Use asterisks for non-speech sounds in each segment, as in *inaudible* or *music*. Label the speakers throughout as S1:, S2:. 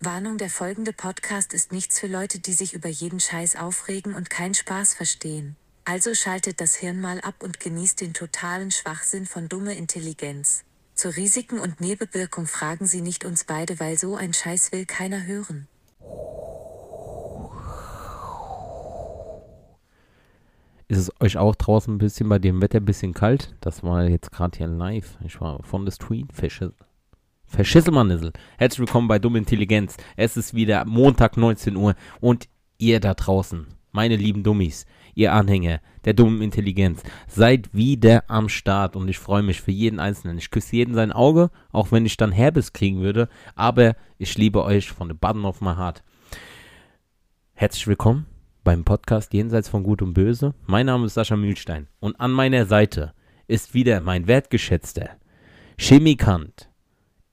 S1: Warnung, der folgende Podcast ist nichts für Leute, die sich über jeden Scheiß aufregen und keinen Spaß verstehen. Also schaltet das Hirn mal ab und genießt den totalen Schwachsinn von dumme Intelligenz. Zu Risiken und Nebenwirkung fragen Sie nicht uns beide, weil so ein Scheiß will keiner hören.
S2: Ist es euch auch draußen ein bisschen bei dem Wetter ein bisschen kalt? Das war jetzt gerade hier live. Ich war von der Stream Verschissel. Verschisselmannissel. Herzlich willkommen bei Dumme Intelligenz. Es ist wieder Montag 19 Uhr und ihr da draußen, meine lieben Dummies, ihr Anhänger der dummen Intelligenz, seid wieder am Start und ich freue mich für jeden Einzelnen. Ich küsse jeden sein Auge, auch wenn ich dann Herbes kriegen würde, aber ich liebe euch von the bottom of my heart. Herzlich willkommen beim Podcast Jenseits von Gut und Böse. Mein Name ist Sascha Mühlstein und an meiner Seite ist wieder mein wertgeschätzter Chemikant,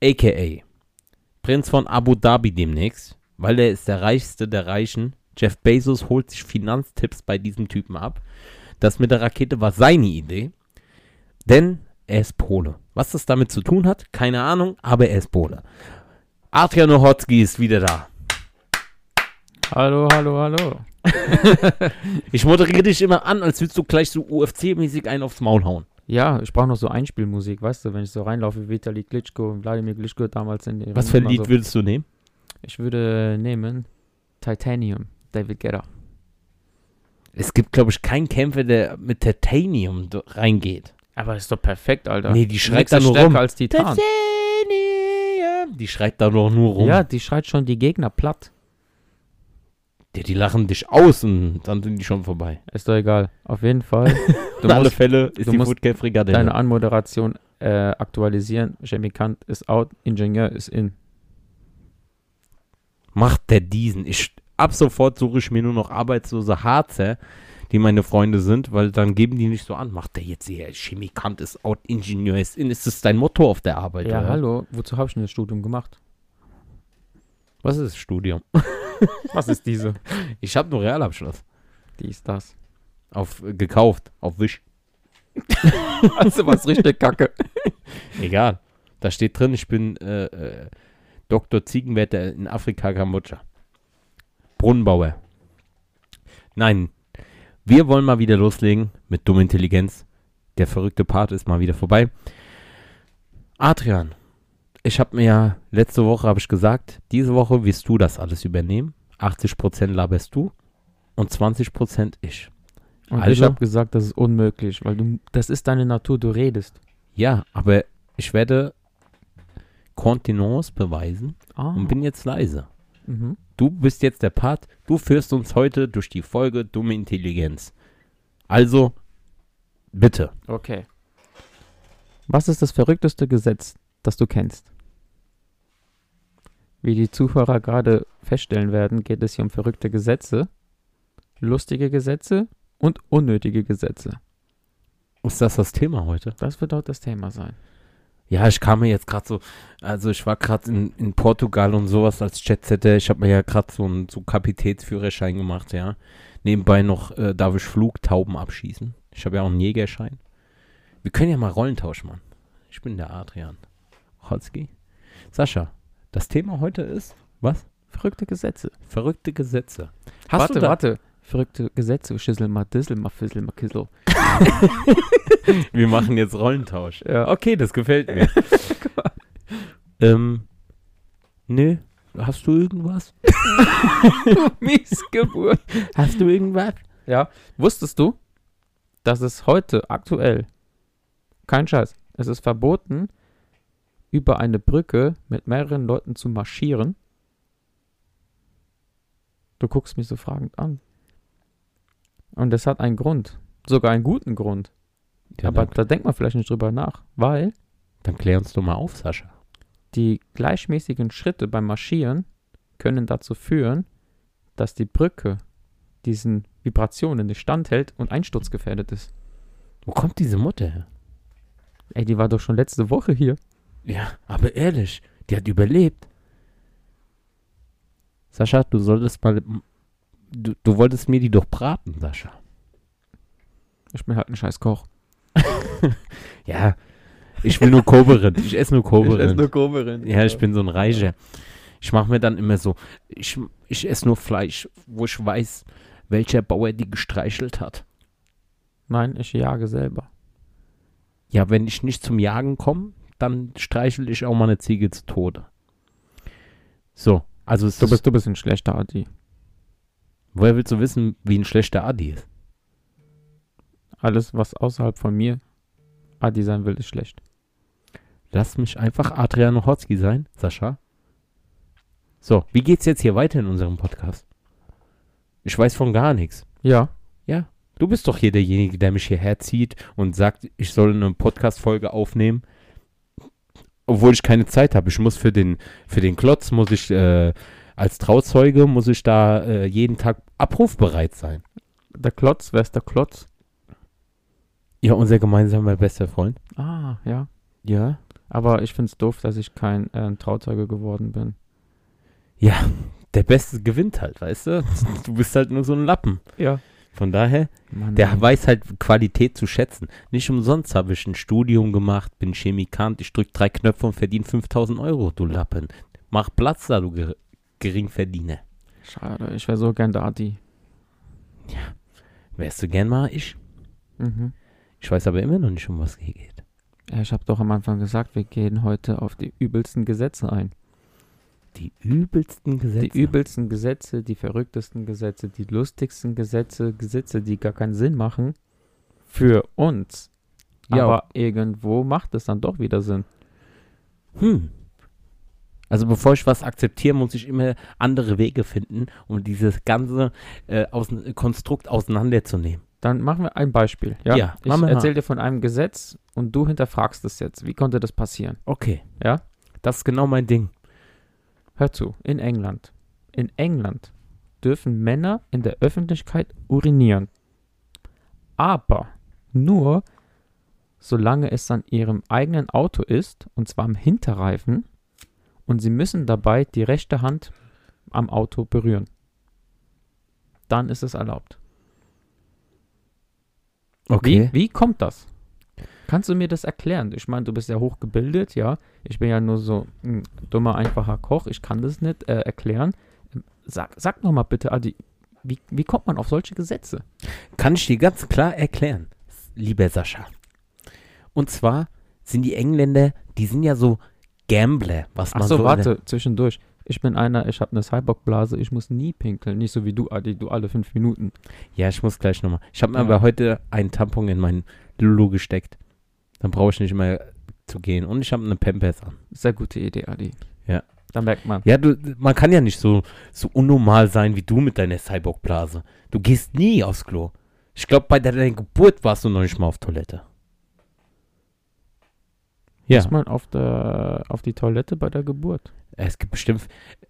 S2: a.k.a. Prinz von Abu Dhabi demnächst, weil er ist der reichste der Reichen. Jeff Bezos holt sich Finanztipps bei diesem Typen ab. Das mit der Rakete war seine Idee, denn er ist Pole. Was das damit zu tun hat, keine Ahnung, aber er ist Pole. Adrian Ochotski ist wieder da.
S3: Hallo, hallo, hallo.
S2: Ich moderiere dich immer an, als würdest du gleich so UFC-mäßig einen aufs Maul hauen.
S3: Ja, ich brauche noch so Einspielmusik, weißt du, wenn ich so reinlaufe wie Vitali Klitschko und Wladimir Klitschko damals in
S2: Was für ein
S3: immer
S2: Lied
S3: so.
S2: würdest du nehmen?
S3: Ich würde nehmen Titanium, David Guetta.
S2: Es gibt, glaube ich, keinen Kämpfer, der mit Titanium d- reingeht.
S3: Aber ist doch perfekt, Alter.
S2: Nee, die schreit
S3: Nix ist
S2: da nur
S3: stärker
S2: rum.
S3: als Titan.
S2: Titanium. Die schreit da doch nur rum.
S3: Ja, die schreit schon die Gegner platt.
S2: Die, die lachen dich aus und dann sind die schon vorbei.
S3: Ist doch egal. Auf jeden *laughs* Fall. Du
S2: In alle
S3: musst
S2: Fälle ist
S3: du
S2: die
S3: musst
S2: Footcare-Frikadelle.
S3: deine Anmoderation äh, aktualisieren. Chemikant ist out, Ingenieur ist in.
S2: macht der diesen. Ich, ab sofort suche ich mir nur noch arbeitslose Harzer, die meine Freunde sind, weil dann geben die nicht so an. Macht der jetzt hier Chemikant ist out, Ingenieur ist in. Ist das dein Motto auf der Arbeit?
S3: Ja,
S2: oder?
S3: hallo. Wozu habe ich denn das Studium gemacht?
S2: Was ist das Studium?
S3: Was ist diese?
S2: Ich habe nur Realabschluss.
S3: die ist das.
S2: Auf, äh, gekauft, auf
S3: *laughs*
S2: Wisch.
S3: Also was richtig kacke.
S2: *laughs* Egal. Da steht drin, ich bin äh, äh, Dr. Ziegenwetter in Afrika, Kambodscha. Brunnenbauer. Nein, wir wollen mal wieder loslegen mit dumme Intelligenz. Der verrückte Part ist mal wieder vorbei. Adrian, ich habe mir ja letzte Woche habe ich gesagt, diese Woche wirst du das alles übernehmen. 80% laberst du und 20% ich.
S3: Und
S2: Also?
S3: ich habe gesagt, das ist unmöglich, weil du, das ist deine Natur, du redest.
S2: Ja, aber ich werde Kontinence beweisen
S3: Ah.
S2: und bin jetzt leise.
S3: Mhm.
S2: Du bist jetzt der Part. Du führst uns heute durch die Folge Dumme Intelligenz. Also, bitte.
S3: Okay. Was ist das verrückteste Gesetz, das du kennst? Wie die Zuhörer gerade feststellen werden, geht es hier um verrückte Gesetze, lustige Gesetze und unnötige Gesetze.
S2: Ist das das Thema heute?
S3: Das wird dort das Thema sein.
S2: Ja, ich kam mir jetzt gerade so, also ich war gerade in, in Portugal und sowas als Jetsetter. Ich habe mir ja gerade so einen so Kapitätsführerschein gemacht, ja. Nebenbei noch äh, darf ich Flugtauben abschießen. Ich habe ja auch einen Jägerschein. Wir können ja mal Rollentausch machen. Ich bin der Adrian. Holski. Sascha, das Thema heute ist, was?
S3: Verrückte Gesetze.
S2: Verrückte Gesetze.
S3: warte, warte. Verrückte Gesetze, Schüssel, mal Dissel, mal Fissel, mal Kissel.
S2: Wir machen jetzt Rollentausch.
S3: Ja.
S2: Okay, das gefällt mir. ähm, nö. Hast du irgendwas?
S3: Oh, *laughs* Miesgeburt.
S2: Hast du irgendwas?
S3: Ja, wusstest du, dass es heute aktuell, kein Scheiß, es ist verboten, über eine Brücke mit mehreren Leuten zu marschieren? Du guckst mich so fragend an. Und das hat einen Grund, sogar einen guten Grund.
S2: Ja,
S3: Aber
S2: dann,
S3: da denkt man vielleicht nicht drüber nach, weil
S2: dann klär uns doch mal auf, Sascha.
S3: die gleichmäßigen Schritte beim Marschieren können dazu führen, dass die Brücke diesen Vibrationen nicht standhält und einsturzgefährdet ist.
S2: Wo kommt diese Mutter her?
S3: Ey, die war doch schon letzte Woche hier.
S2: Ja, aber ehrlich, die hat überlebt. Sascha, du solltest mal. Du, du wolltest mir die doch braten, Sascha.
S3: Ich bin halt ein scheiß Koch.
S2: Ja, *laughs* ich will nur Koberind. Ich esse nur Koberind.
S3: Koberin.
S2: Ja, ich bin so ein Reicher. Ich mache mir dann immer so, ich, ich esse nur Fleisch, wo ich weiß, welcher Bauer die gestreichelt hat.
S3: Nein, ich jage selber.
S2: Ja, wenn ich nicht zum Jagen komme, dann streichel ich auch mal eine Ziege zu Tode. So, also es
S3: Du
S2: ist,
S3: bist, du bist ein schlechter Adi.
S2: woher willst du wissen, wie ein schlechter Adi ist?
S3: Alles, was außerhalb von mir Adi sein will, ist schlecht.
S2: Lass mich einfach Adrian Nochotski sein, Sascha. So, wie geht's jetzt hier weiter in unserem Podcast? Ich weiß von gar nichts.
S3: Ja,
S2: Du bist doch hier derjenige, der mich hierher zieht und sagt, ich soll eine Podcast-Folge aufnehmen, obwohl ich keine Zeit habe. Ich muss für den, für den Klotz, muss ich äh, als Trauzeuge, muss ich da äh, jeden Tag abrufbereit sein.
S3: der Klotz, wer ist der Klotz?
S2: Ja, unser gemeinsamer bester Freund.
S3: Ah, ja.
S2: Ja.
S3: Aber ich find's doof, dass ich kein äh, Trauzeuge geworden bin.
S2: Ja, der Beste gewinnt halt, weißt du? Du bist halt nur so ein Lappen.
S3: Ja.
S2: Von daher,
S3: Mann,
S2: Der
S3: ey.
S2: weiß halt Qualität zu schätzen. Nicht umsonst habe ich ein Studium gemacht, bin Chemikant, ich drücke drei Knöpfe und verdiene 5000 Euro, du Lappen. Mach Platz da, du Ger Geringverdiener.
S3: Schade, ich wäre so gern der Adi.
S2: Wärst du gern mal ich?
S3: Mhm.
S2: Ich weiß aber immer noch nicht, um was hier geht.
S3: Ja, ich habe doch am Anfang gesagt, wir gehen heute auf die übelsten Gesetze ein.
S2: Die übelsten Gesetze.
S3: Die übelsten Gesetze, die verrücktesten Gesetze, die lustigsten Gesetze, Gesetze, die gar keinen Sinn machen. Für uns.
S2: Ja.
S3: Aber irgendwo macht es dann doch wieder Sinn.
S2: Hm. Also bevor ich was akzeptiere, muss ich immer andere Wege finden, um dieses ganze äh, außen- Konstrukt auseinanderzunehmen.
S3: Dann machen wir ein Beispiel. Ja,
S2: Ja,
S3: ich
S2: machen wir mal.
S3: erzähle dir von einem Gesetz und du hinterfragst es jetzt. Wie konnte das passieren?
S2: Okay.
S3: Ja?
S2: Das ist genau mein Ding.
S3: Hör zu, in England. In England dürfen Männer in der Öffentlichkeit urinieren. Aber nur solange es an ihrem eigenen Auto ist, und zwar am Hinterreifen, und sie müssen dabei die rechte Hand am Auto berühren. Dann ist es erlaubt. Wie, wie kommt das? Kannst du mir das erklären? Ich meine, du bist ja hochgebildet, ja. Ich bin ja nur so ein dummer, einfacher Koch. Ich kann das nicht äh, erklären. Sag, sag noch mal bitte, Adi, wie, wie kommt man auf solche Gesetze?
S2: kann ich dir ganz klar erklären, lieber Sascha. Und zwar sind die Engländer, die sind ja so Gambler, was man
S3: Ach so,
S2: so
S3: warte, zwischendurch. Ich bin einer, ich habe eine Cyborg-Blase, ich muss nie pinkeln. Nicht so wie du, Adi, du alle fünf Minuten.
S2: Ja, ich muss gleich nochmal. Ich habe mir
S3: Ja.
S2: aber heute einen Tampon in meinen Lulu gesteckt. Dann brauche ich nicht mehr zu gehen. Und ich habe eine Pampers an.
S3: Sehr gute Idee, Adi.
S2: Ja.
S3: Da merkt man.
S2: Ja, du, man kann ja nicht so, so unnormal sein wie du mit deiner Cyborg-Blase. Du gehst nie aufs Klo. Ich glaube, bei deiner Geburt warst du noch nicht mal auf Toilette. Ja.
S3: Muss man auf, der, auf die Toilette bei der Geburt.
S2: Es gibt bestimmt.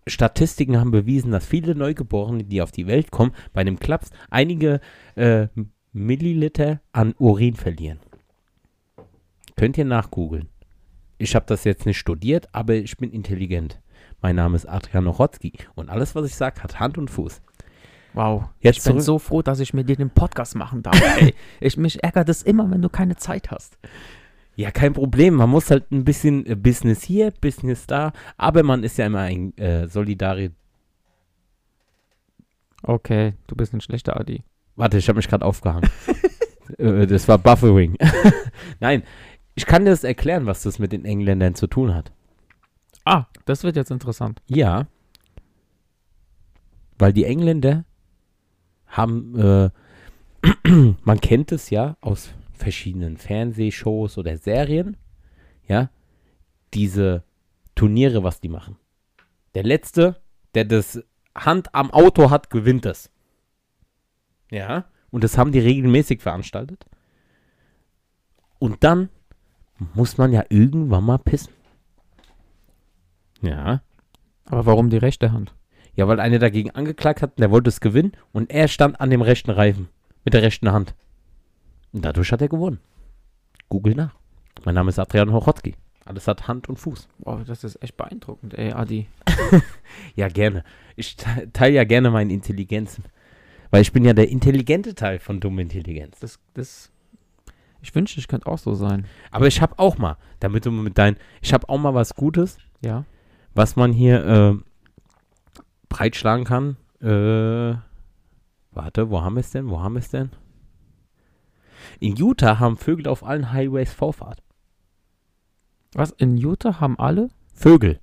S2: Statistiken haben bewiesen, dass viele Neugeborene, die auf die Welt kommen, bei einem Klaps einige äh, Milliliter an Urin verlieren. Könnt ihr nachgoogeln. Ich habe das jetzt nicht studiert, aber ich bin intelligent. Mein Name ist Adrian Ochotski und alles, was ich sage, hat Hand und Fuß.
S3: Wow.
S2: Jetzt
S3: ich bin
S2: zurück-
S3: so froh, dass ich mit dir den Podcast machen darf. *laughs* Ey, ich, mich ärgert es immer, wenn du keine Zeit hast.
S2: Ja, kein Problem. Man muss halt ein bisschen äh, Business hier, Business da, aber man ist ja immer ein äh, Solidari.
S3: Okay, du bist ein schlechter Adi.
S2: Warte, ich habe mich gerade aufgehangen. Äh, das war Buffering. *laughs* Nein, ich kann dir das erklären, was das mit den Engländern zu tun hat.
S3: Ah, das wird jetzt interessant.
S2: Ja. Weil die Engländer haben, äh, *clears throat* man kennt es ja aus verschiedenen Fernsehshows oder Serien, ja, diese Turniere, was die machen. Der Letzte, der das Hand am Auto hat, gewinnt das. Ja. Und das haben die regelmäßig veranstaltet. Und dann muss man ja irgendwann mal pissen. Ja.
S3: Aber warum die rechte Hand?
S2: Ja, weil einer dagegen angeklagt hat, und der wollte es gewinnen und er stand an dem rechten Reifen mit der rechten Hand. Und dadurch hat er gewonnen. Google nach. Mein Name ist Adrian Hochotski. Alles hat Hand und Fuß.
S3: Wow, das ist echt beeindruckend, ey, Adi.
S2: Ja, gerne. Ich te- teile ja gerne meine Intelligenzen. Weil ich bin ja der intelligente Teil von dumme Intelligenz.
S3: Das, das. Ich wünschte, ich könnte auch so sein.
S2: Aber ich habe auch mal, damit du mit deinen, ich habe auch mal was Gutes,
S3: Ja.
S2: was man hier, äh, breitschlagen kann. Äh, warte, wo haben wir es denn? Wo haben wir es denn? In Utah haben Vögel auf allen Highways Vorfahrt.
S3: Was? In Utah haben alle
S2: Vögel.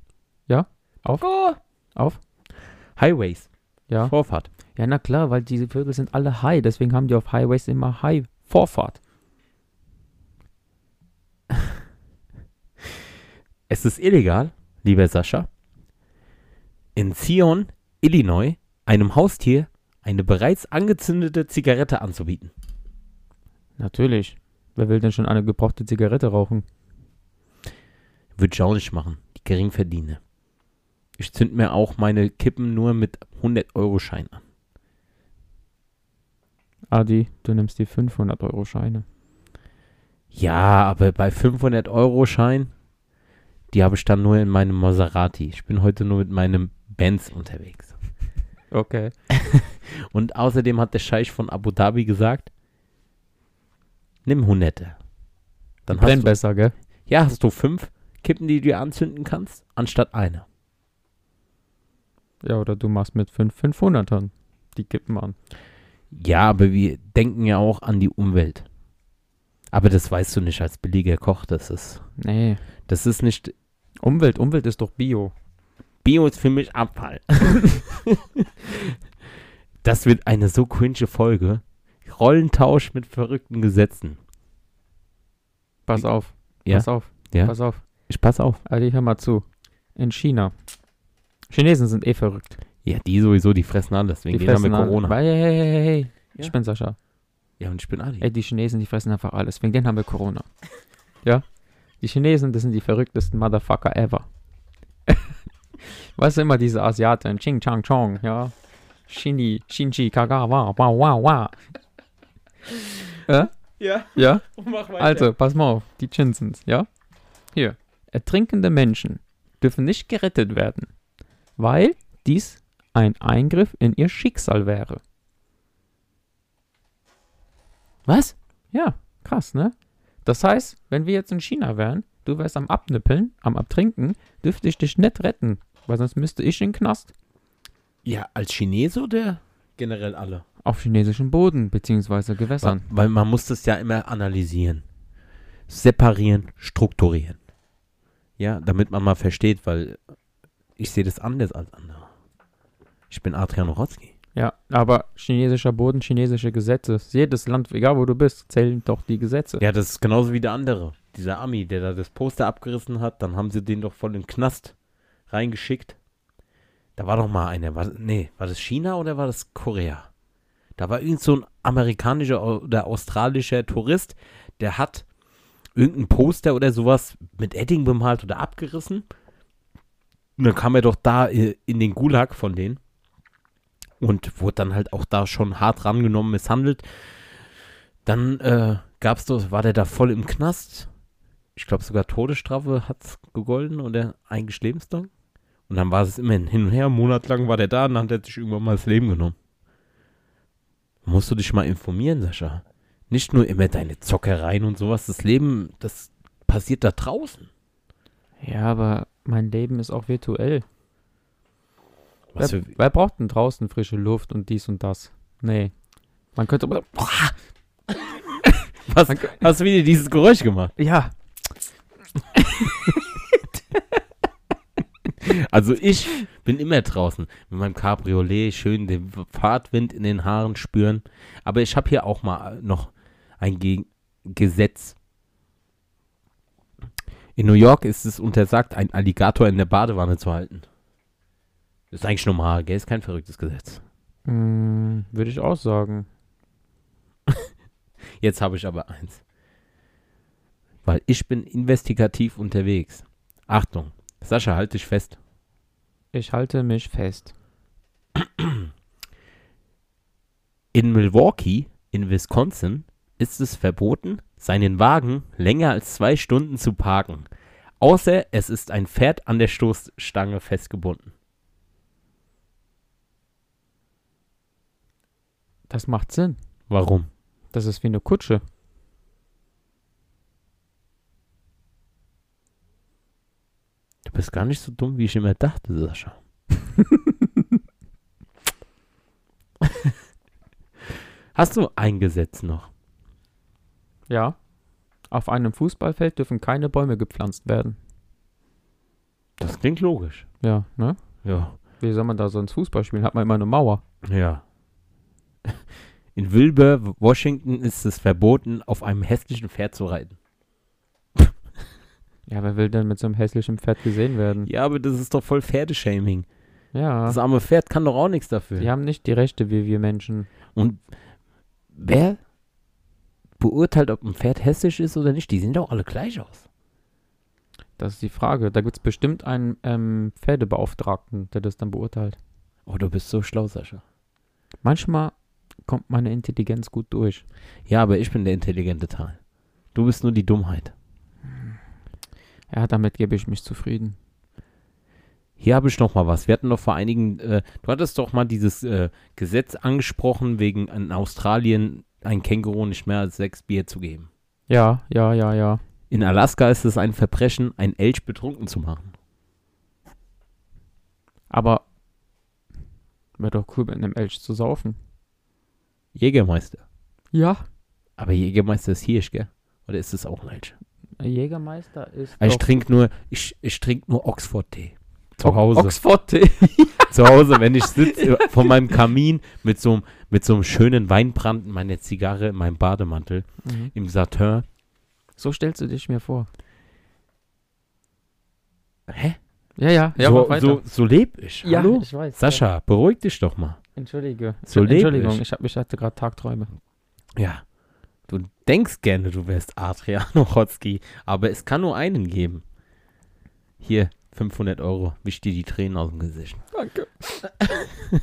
S3: Ja, auf.
S2: Oh.
S3: auf?
S2: Highways.
S3: Ja.
S2: Vorfahrt.
S3: Ja, na klar, weil diese Vögel sind alle high, deswegen haben die auf Highways immer high Vorfahrt.
S2: Es ist illegal, lieber Sascha, in Zion, Illinois, einem Haustier eine bereits angezündete Zigarette anzubieten.
S3: Natürlich. Wer will denn schon eine gebrauchte Zigarette rauchen?
S2: Würde ich auch nicht machen, die geringverdiene. Ich zünd mir auch meine Kippen nur mit 100-Euro-Schein an.
S3: Adi, du nimmst die 500-Euro-Scheine.
S2: Ja, aber bei 500-Euro-Schein, die habe ich dann nur in meinem Maserati. Ich bin heute nur mit meinem Benz unterwegs.
S3: Okay.
S2: Und außerdem hat der Scheich von Abu Dhabi gesagt, nimm Hunderte. Dann hast
S3: Brennt
S2: du,
S3: besser, gell?
S2: ja, hast du fünf Kippen, die du dir anzünden kannst, anstatt einer.
S3: Ja, oder du machst mit 5 500ern die Kippen an.
S2: Ja, aber wir denken ja auch an die Umwelt. Aber das weißt du nicht als billiger Koch, das ist,
S3: Nee.
S2: das ist nicht,
S3: Umwelt, Umwelt ist doch Bio.
S2: Bio ist für mich Abfall. *laughs* das wird eine so cringe Folge. Rollentausch mit verrückten Gesetzen.
S3: Pass auf.
S2: Ja.
S3: Pass auf.
S2: Ja.
S3: Pass auf.
S2: Ich pass auf.
S3: Adi, hör mal zu. In China. Chinesen sind eh verrückt.
S2: Ja, die sowieso, die fressen alles, deswegen die gehen
S3: fressen
S2: wir
S3: alle-
S2: Corona.
S3: Hey, hey, hey, hey, hey.
S2: Ja.
S3: Ich bin Sascha.
S2: Ja, und ich bin Ali.
S3: Ey, die Chinesen, die fressen einfach alles. Wegen denen haben wir Corona. Ja? Die Chinesen, das sind die verrücktesten Motherfucker ever. *laughs* weißt du immer diese Asiaten? Ching Chang Chong, ja? Shini, Shinji, Kaga, wa, wa, wa, wa. Ja?
S2: Ja, *laughs*
S3: Ja?
S2: mach weiter.
S3: Also, pass mal auf, die Chinsens, ja? Hier. Ertrinkende Menschen dürfen nicht gerettet werden, weil dies ein Eingriff in ihr Schicksal wäre.
S2: Was?
S3: Ja, krass, ne? Das heißt, wenn wir jetzt in China wären, du wärst am Abnippeln, am Abtrinken, dürfte ich dich nicht retten, weil sonst müsste ich in den Knast
S2: Ja, als Chinese oder generell alle?
S3: auf chinesischem Boden beziehungsweise
S2: Weil,
S3: Gewässern.
S2: weil man muss das ja immer analysieren, separieren, strukturieren. Ja, damit man mal versteht, weil ich sehe das anders als andere. Ich bin Adrian Rotzki.
S3: Ja, aber chinesischer Boden, chinesische Gesetze. Jedes Land, egal wo du bist, zählen doch die Gesetze.
S2: Ja, das ist genauso wie der andere. Dieser Ami, der da das Poster abgerissen hat, dann haben sie den doch voll in den Knast reingeschickt. Da war doch mal einer. War, nee, war das China oder war das Korea? Da war irgend so ein amerikanischer oder australischer Tourist, der hat irgendein Poster oder sowas mit Edding bemalt oder abgerissen. Und dann kam er doch da äh, in den Gulag von denen und wurde dann halt auch da schon hart rangenommen, misshandelt. Dann äh, gab's doch, war der da voll im Knast. Ich glaube sogar Todesstrafe hat's gegolten oder eigentlich Lebenslang. Und dann war es immer hin und her. Monatelang war der da und dann hat er sich irgendwann mal das Leben genommen. Musst du dich mal informieren, Sascha. Nicht nur immer deine Zockereien und sowas. Das Leben, das passiert da draußen.
S3: Ja, aber mein Leben ist auch virtuell.
S2: Was
S3: wer,
S2: für,
S3: wer braucht denn draußen frische Luft und dies und das? Nee. Man könnte aber.
S2: was hast du wieder dieses Geräusch gemacht?
S3: Ja,
S2: Also ich bin immer draußen mit meinem Cabriolet, schön den Fahrtwind in den Haaren spüren. Aber ich habe hier auch mal noch ein Ge Gesetz. In New York ist es untersagt, einen Alligator in der Badewanne zu halten. Ist eigentlich normal, gell? Ist kein verrücktes Gesetz.
S3: mm, würde ich auch sagen.
S2: Jetzt habe ich aber eins. Weil ich bin investigativ unterwegs. Achtung. Sascha, halt dich fest.
S3: Ich halte mich fest.
S2: In Milwaukee, in Wisconsin, ist es verboten, seinen Wagen länger als zwei Stunden zu parken. Außer es ist ein Pferd an der Stoßstange festgebunden.
S3: Das macht Sinn.
S2: Warum?
S3: Das ist wie eine Kutsche.
S2: Du bist gar nicht so dumm, wie ich immer dachte, Sascha. *laughs* Hast du ein Gesetz noch?
S3: Ja. Auf einem Fußballfeld dürfen keine Bäume gepflanzt werden.
S2: Das klingt logisch.
S3: Ja, ne?
S2: Ja.
S3: Wie soll man da sonst Fußball spielen? Hat man immer eine Mauer.
S2: Ja. In Wilbur, Washington ist es verboten, auf einem hässlichen Pferd zu reiten.
S3: Ja, wer will denn mit so einem hässlichen Pferd gesehen werden?
S2: Ja, aber das ist doch voll Pferdeshaming.
S3: Ja.
S2: Das arme Pferd kann doch auch nichts dafür.
S3: Die haben nicht die Rechte wie wir Menschen.
S2: Und wer beurteilt, ob ein Pferd hässlich ist oder nicht? Die sehen doch alle gleich aus.
S3: Das ist die Frage. Da gibt es bestimmt einen ähm, Pferdebeauftragten, der das dann beurteilt.
S2: Oh, du bist so schlau, Sascha.
S3: Manchmal kommt meine Intelligenz gut durch.
S2: Ja, aber ich bin der intelligente Teil. Du bist nur die Dummheit.
S3: Ja, damit gebe ich mich zufrieden.
S2: Hier habe ich noch mal was. Wir hatten noch vor einigen, äh, du hattest doch mal dieses äh, Gesetz angesprochen, wegen in Australien ein Känguru nicht mehr als sechs Bier zu geben.
S3: Ja, ja, ja, ja.
S2: In Alaska ist es ein Verbrechen, ein Elch betrunken zu machen.
S3: Aber wäre doch cool, mit einem Elch zu saufen.
S2: Jägermeister.
S3: Ja.
S2: Aber Jägermeister ist Hirsch, gell? Oder ist es auch ein Elch?
S3: Jägermeister ist.
S2: Ich trinke nur, ich, ich trinke nur Oxford-Tee. Zu Hause.
S3: Oxford-Tee.
S2: zu Hause, wenn ich sitze vor meinem Kamin mit so, einem- mit so einem schönen Weinbrand, meine Zigarre in meinem Bademantel,
S3: Mhm.
S2: im Satin.
S3: So stellst du dich mir vor.
S2: Hä?
S3: Ja, ja, ja, mach
S2: so,
S3: weiter.
S2: so, so leb ich.
S3: ja,
S2: Hallo?
S3: ich weiß.
S2: Sascha, beruhig dich doch mal.
S3: Entschuldige.
S2: So lebe
S3: Entschuldigung,
S2: ich.
S3: ich, hab, ich hatte gerade Tagträume.
S2: Ja. Du denkst gerne, du wärst Adriano Hotzki, aber es kann nur einen geben. Hier, 500 Euro. Wisch dir die Tränen aus dem Gesicht.
S3: Danke.
S2: *laughs*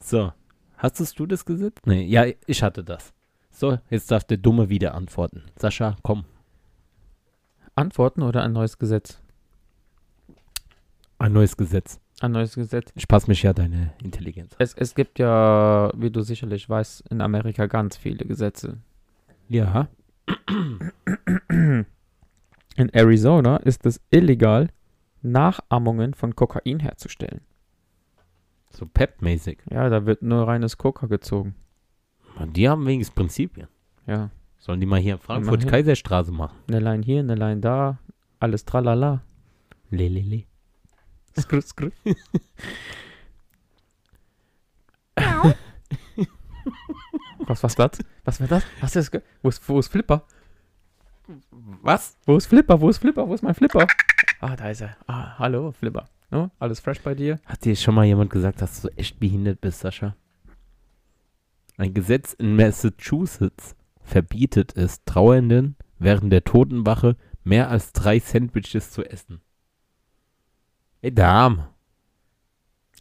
S2: So. Hastest du das Gesetz? Nee, ja, ich hatte das. So, jetzt darf der Dumme wieder antworten. Sascha, komm.
S3: Antworten oder ein neues Gesetz?
S2: Ein neues Gesetz.
S3: Ein neues Gesetz.
S2: Ich passe mich ja deine Intelligenz an.
S3: Es, es gibt ja, wie du sicherlich weißt, in Amerika ganz viele Gesetze.
S2: Ja.
S3: In Arizona ist es illegal, Nachahmungen von Kokain herzustellen.
S2: So Pep-mäßig.
S3: Ja, da wird nur reines Coca gezogen.
S2: Man, Die haben wenigstens Prinzipien.
S3: Ja.
S2: Sollen die mal hier in
S3: Mal hin.
S2: Frankfurt-Kaiserstraße machen?
S3: Eine Line hier, eine Line da, alles tralala.
S2: Lelele.
S3: Skrrt, skrrt. *laughs* was was das? Was war das? Hast du das ge wo, ist, wo ist Flipper?
S2: Was?
S3: Wo ist Flipper? Wo ist Flipper? Wo ist mein Flipper? Ah, da ist er. Ah, hallo, Flipper. No, alles fresh bei dir?
S2: Hat dir schon mal jemand gesagt, dass du echt behindert bist, Sascha? Ein Gesetz in Massachusetts verbietet es, Trauernden während der Totenwache mehr als drei Sandwiches zu essen. Ey, Dame.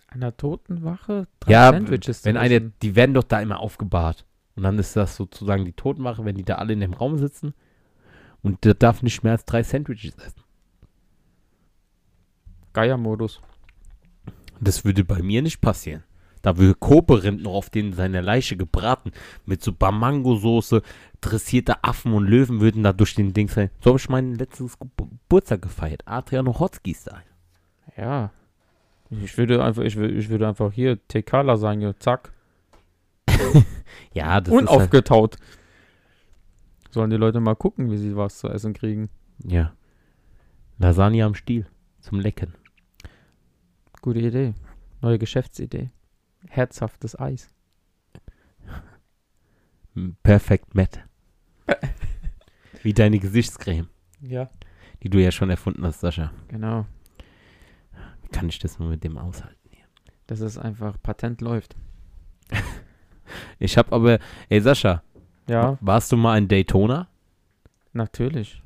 S3: An der Totenwache?
S2: Ja,
S3: Sandwiches zu
S2: wenn eine,
S3: essen.
S2: die werden doch da immer aufgebahrt. Und dann ist das sozusagen die Totenwache, wenn die da alle in dem Raum sitzen. Und der darf nicht mehr als drei Sandwiches essen.
S3: Geiermodus.
S2: Das würde bei mir nicht passieren. Da würde Koperind noch auf den seiner Leiche gebraten. Mit so Bamango-Soße, dressierte Affen und Löwen würden da durch den Dings rein. So habe ich meinen letztes Ge- Geburtstag gefeiert. Adriano Hotzki ist da.
S3: Ja. Ich würde einfach, ich würde, ich würde einfach hier Tekala sein, ja, zack.
S2: Ja, das ist halt
S3: Unaufgetaut. Sollen die Leute mal gucken, wie sie was zu essen kriegen.
S2: halt, Ja. Lasagne am Stiel. Zum Lecken.
S3: Gute Idee. Neue Geschäftsidee. Herzhaftes Eis.
S2: Perfekt matt. Wie deine Gesichtscreme,
S3: Ja.
S2: die du ja schon erfunden hast, Sascha.
S3: Genau.
S2: Wie kann ich das nur mit dem aushalten?
S3: Das ist einfach, Patent läuft.
S2: Ich habe aber, ey Sascha,
S3: Ja,
S2: warst du mal in Daytona?
S3: natürlich.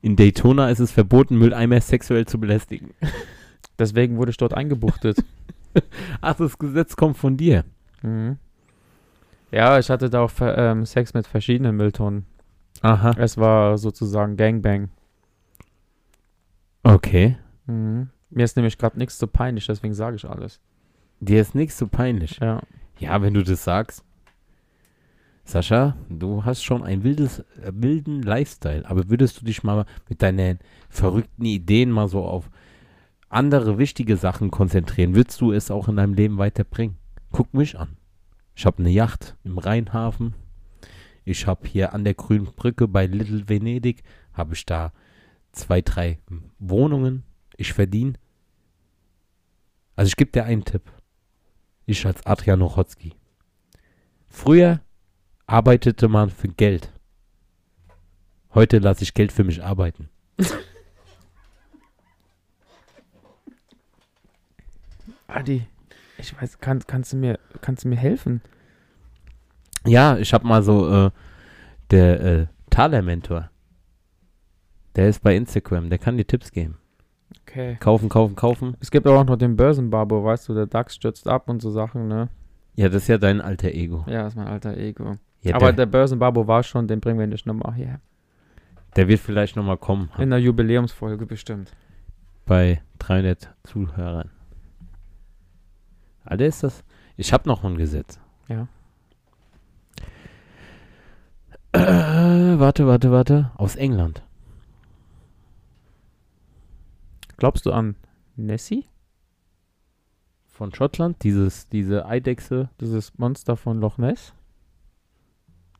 S2: In Daytona ist es verboten, Mülleimer sexuell zu belästigen.
S3: Deswegen wurde ich dort *laughs* eingebuchtet.
S2: Ach, das Gesetz kommt von dir.
S3: mhm. Ja, ich hatte da auch ver- ähm, Sex mit verschiedenen Mülltonnen.
S2: Aha.
S3: Es war sozusagen Gangbang.
S2: Okay.
S3: Mhm. Mir ist nämlich gerade nichts so peinlich, deswegen sage ich alles.
S2: Dir ist nichts so peinlich.
S3: Ja.
S2: Ja, wenn du das sagst. Sascha, du hast schon einen wildes, äh, wilden Lifestyle, aber würdest du dich mal mit deinen verrückten Ideen mal so auf andere wichtige Sachen konzentrieren? Willst du es auch in deinem Leben weiterbringen? Guck mich an. Ich habe eine Yacht im Rheinhafen. Ich habe hier an der Grünen Brücke bei Little Venedig, habe ich da zwei, drei Wohnungen. Ich verdiene. Also ich gebe dir einen Tipp. Ich als Adrian Ochotski. Früher arbeitete man für Geld. Heute lasse ich Geld für mich arbeiten.
S3: Adi, ich weiß, kann, kannst, du mir, kannst du mir helfen?
S2: Ja, ich habe mal so äh, der äh, Thaler Mentor. Der ist bei Instagram, der kann dir Tipps geben.
S3: Okay.
S2: Kaufen, kaufen, kaufen.
S3: Es gibt auch noch den Börsenbabo, weißt du, der DAX stürzt ab und so Sachen, ne?
S2: Ja, das ist ja dein alter Ego.
S3: Ja, ist mein alter Ego.
S2: Ja,
S3: Aber
S2: der,
S3: der Börsenbabo war schon, den bringen wir nicht nochmal her.
S2: der wird vielleicht nochmal kommen
S3: In der Jubiläumsfolge bestimmt.
S2: bei 300 Zuhörern. Alter, ist das? Ich habe noch ein Gesetz.
S3: Ja.
S2: Äh, warte, warte, warte. Aus England.
S3: Glaubst du an Nessie?
S2: Von Schottland, dieses, diese Eidechse.
S3: Dieses Monster von Loch Ness?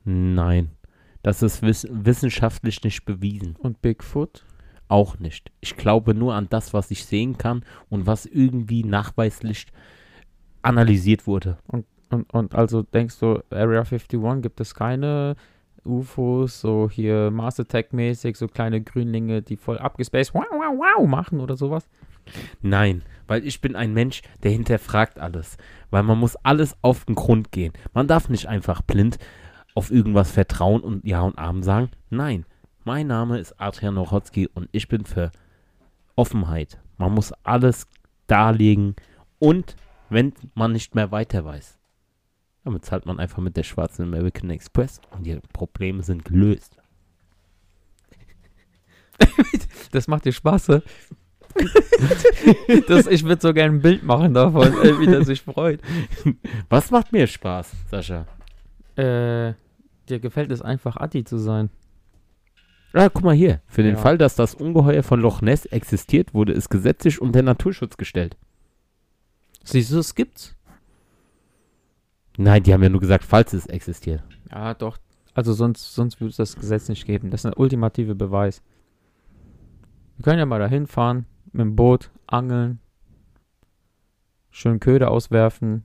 S2: Nein. Das ist wiss wissenschaftlich nicht bewiesen.
S3: Und Bigfoot?
S2: Auch nicht. Ich glaube nur an das, was ich sehen kann und was irgendwie nachweislich analysiert wurde.
S3: Und, und also denkst du, Area 51 gibt es keine UFOs, so hier Mars Attack mäßig, so kleine Grünlinge, die voll abgespaced wow, wow, wow machen oder sowas?
S2: Nein, weil ich bin ein Mensch, der hinterfragt alles. Weil man muss alles auf den Grund gehen. Man darf nicht einfach blind auf irgendwas vertrauen und Ja und Abend sagen. Nein, mein Name ist Adrian Nochotski und ich bin für Offenheit. Man muss alles darlegen und wenn man nicht mehr weiter weiß, damit zahlt man einfach mit der schwarzen American Express und die Probleme sind gelöst.
S3: Das macht dir Spaß, *laughs* hä? das, ich würde so gerne ein Bild machen davon, ey, wie der sich freut.
S2: Was macht mir Spaß, Sascha?
S3: Äh, dir gefällt es einfach, Adi zu sein.
S2: Ja, Ah, guck mal hier. Für den
S3: Ja.
S2: Fall, dass das Ungeheuer von Loch Ness existiert, wurde es gesetzlich unter Naturschutz gestellt.
S3: Siehst du, es gibt's.
S2: Nein, die haben ja nur gesagt, falls es existiert.
S3: Ja, doch. Also sonst, sonst würde es das Gesetz nicht geben. Das ist der ultimative Beweis. Wir können ja mal dahin fahren, mit dem Boot, angeln, schön Köder auswerfen,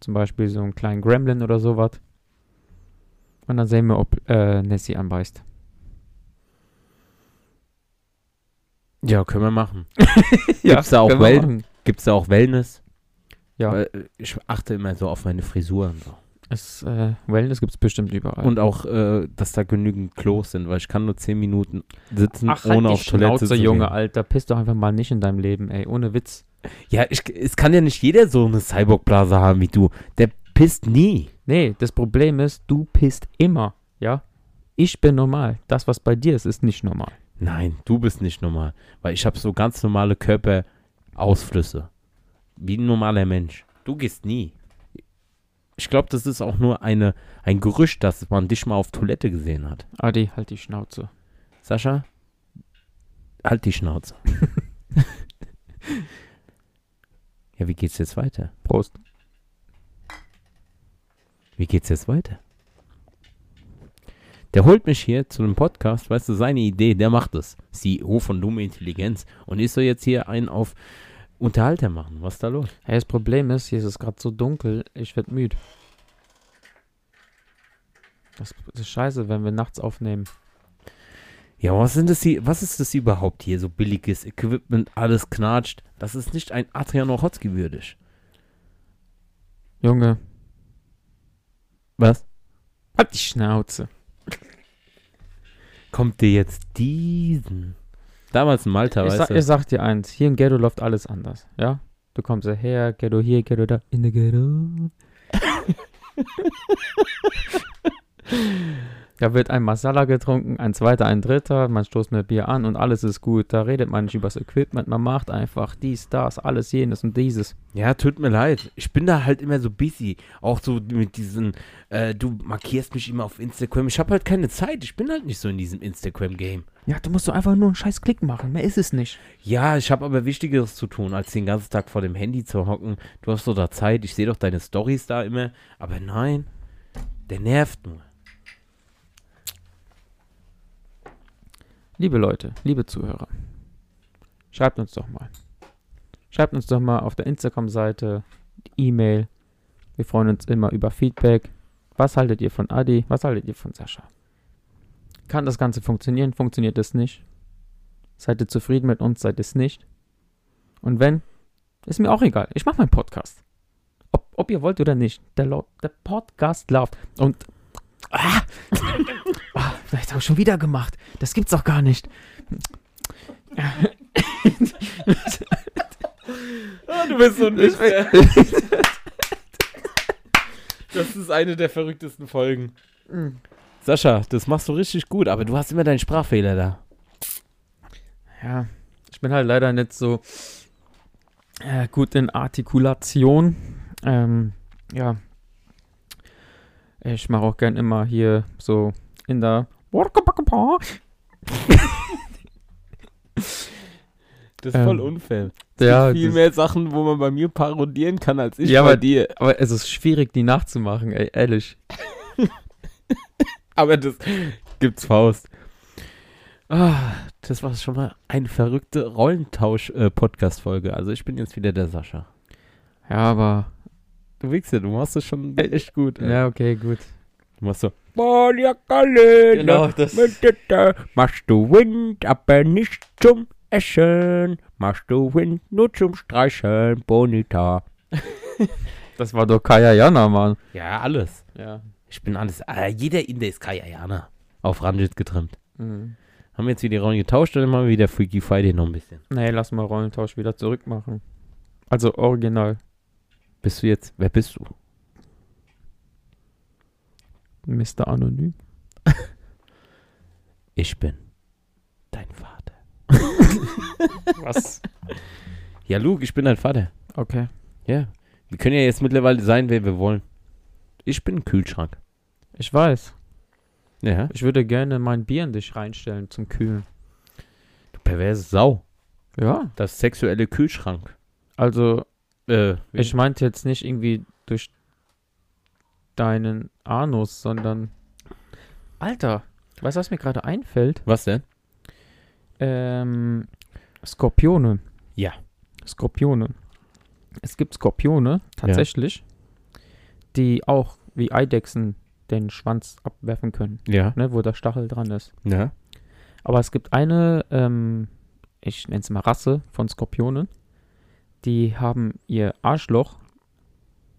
S3: zum Beispiel so einen kleinen Gremlin oder sowas. Und dann sehen wir, ob äh,
S2: *laughs*
S3: Nessie anbeißt.
S2: Ja, können wir machen. Gibt's da auch
S3: können wir
S2: Wellen?
S3: machen.
S2: Gibt es da auch Wellness?
S3: Ja.
S2: Weil, äh, ich achte immer so auf meine Frisur und so.
S3: Es, äh, Wellness gibt's bestimmt überall.
S2: Und auch, äh, dass da genügend Klos sind, weil ich kann nur 10 Minuten sitzen,
S3: Ach, halt
S2: ohne
S3: die
S2: auf Toilette zu
S3: Schnauze, Junge,
S2: gehen.
S3: Alter. Piss doch einfach mal nicht in deinem Leben, ey. Ohne Witz.
S2: Ja, ich, es kann ja nicht jeder so eine Cyborg-Blase haben wie du. Der pisst nie.
S3: Nee, das Problem ist, du pisst immer, ja? Ich bin normal. Das, was bei dir ist, ist nicht normal.
S2: Nein, du bist nicht normal. Weil ich habe so ganz normale Körperausflüsse. Wie ein normaler Mensch. Du gehst nie. Ich glaube, das ist auch nur eine, ein Gerücht, dass man dich mal auf Toilette gesehen hat.
S3: Adi, halt die Schnauze.
S2: Sascha, halt die Schnauze. ja, wie geht's jetzt weiter?
S3: Prost.
S2: Wie geht's jetzt weiter? Der holt mich hier zu einem Podcast, weißt du, seine Idee, der macht es. CEO von Dumme Intelligenz. Und ich soll jetzt hier einen auf Unterhalter machen. Was ist da los?
S3: Hey, das Problem ist, hier ist es gerade so dunkel, ich werd müde. Das ist scheiße, wenn wir nachts aufnehmen.
S2: Ja, aber was sind das hier? Was ist das überhaupt hier? So billiges Equipment, alles knatscht. Das ist nicht ein Adrian Ochotski würdig.
S3: Junge,
S2: Was?
S3: halt die Schnauze.
S2: Kommt dir jetzt diesen? Damals in Malta,
S3: ich,
S2: weißt
S3: sa
S2: du?
S3: ich sag dir eins, hier im Ghetto läuft alles anders, ja? Du kommst ja her, Ghetto hier, Ghetto da, in der *laughs* Ghetto. Da wird ein Masala getrunken, ein zweiter, ein dritter, man stoßt mit Bier an und alles ist gut. Da redet man nicht über das Equipment, man macht einfach dies, das, alles, jenes und dieses.
S2: Ja, tut mir leid. Ich bin da halt immer so busy. Auch so mit diesen, äh, du markierst mich immer auf Instagram. Ich habe halt keine Zeit. Ich bin halt nicht so in diesem Instagram-Game.
S3: Ja, du musst doch einfach nur einen scheiß Klick machen, mehr ist es nicht.
S2: Ja, ich habe aber Wichtigeres zu tun, als den ganzen Tag vor dem Handy zu hocken. Du hast doch da Zeit. Ich sehe doch deine Stories da immer. Aber nein, der nervt nur.
S3: Liebe Leute, liebe Zuhörer, schreibt uns doch mal. Schreibt uns doch mal auf der Instagram-Seite, die E-Mail. Wir freuen uns immer über Feedback. Was haltet ihr von Adi? Was haltet ihr von Sascha? Kann das Ganze funktionieren? Funktioniert es nicht? Seid ihr zufrieden mit uns? Seid es nicht? Und wenn, ist mir auch egal. Ich mache meinen Podcast. Ob, ob ihr wollt oder nicht. Der, lau- der Podcast läuft. Und. Ah, ah, vielleicht habe ich schon wieder gemacht. Das gibt's doch gar nicht.
S2: Du bist so ein Wichser.
S3: *laughs*
S2: Das ist eine der verrücktesten Folgen.
S3: Mhm.
S2: Sascha, das machst du richtig gut, aber du hast immer deinen Sprachfehler da.
S3: Ja, ich bin halt leider nicht so äh, gut in Artikulation. Ähm, ja. Ich mache auch gern immer hier so in der.
S2: Das ist
S3: ist Ähm,
S2: voll
S3: voll
S2: unfair.
S3: Ja,
S2: viel
S3: das-
S2: mehr Sachen, wo man bei mir parodieren kann, als ich
S3: Ja,
S2: bei
S3: aber-
S2: dir.
S3: Aber es ist schwierig, die nachzumachen, ey, ehrlich.
S2: Aber das gibt's Faust. Ah, das war schon mal eine verrückte Rollentausch-Podcast-Folge. also ich bin jetzt wieder der Sascha.
S3: Ja, aber.
S2: Du wichst ja, du machst das schon echt gut. ey.
S3: Ja, okay, gut.
S2: Du machst so. Genau,
S3: Genau, das-
S2: Machst du Wind, aber nicht zum Essen. Machst du Wind nur zum Streicheln, Bonita.
S3: Das war doch Kaya Jana, Mann.
S2: Ja, alles.
S3: Ja.
S2: Ich bin alles. Äh, jeder Inder ist Kayayana. Auf Ranjit getrimmt.
S3: Mhm.
S2: Haben wir jetzt wieder die Rollen getauscht oder machen wir wieder Freaky Friday noch ein bisschen?
S3: Nee, lass mal Rollentausch wieder zurückmachen. Also original.
S2: Bist du jetzt, wer bist du?
S3: Mr. Anonym.
S2: Ich bin dein Vater. *laughs*
S3: Was?
S2: Ja, Luke, ich bin dein Vater.
S3: Okay.
S2: Ja. Wir können ja jetzt mittlerweile sein, wer wir wollen. Ich bin ein Kühlschrank.
S3: Ich weiß.
S2: Ja.
S3: Ich würde gerne mein Bier in dich reinstellen zum Kühlen.
S2: Du perverse Sau.
S3: Ja.
S2: Das sexuelle Kühlschrank.
S3: Also,
S2: Äh,
S3: ich meinte jetzt nicht irgendwie durch deinen Anus, sondern. Alter, weißt du, was mir gerade einfällt?
S2: was denn?
S3: Ähm, Skorpione.
S2: Ja.
S3: Skorpione. Es gibt Skorpione, tatsächlich, die auch wie Eidechsen den Schwanz abwerfen können,
S2: Ja.
S3: ne, wo der Stachel dran ist.
S2: Ja.
S3: Aber es gibt eine, ähm, ich nenne es mal Rasse von Skorpionen, die haben ihr Arschloch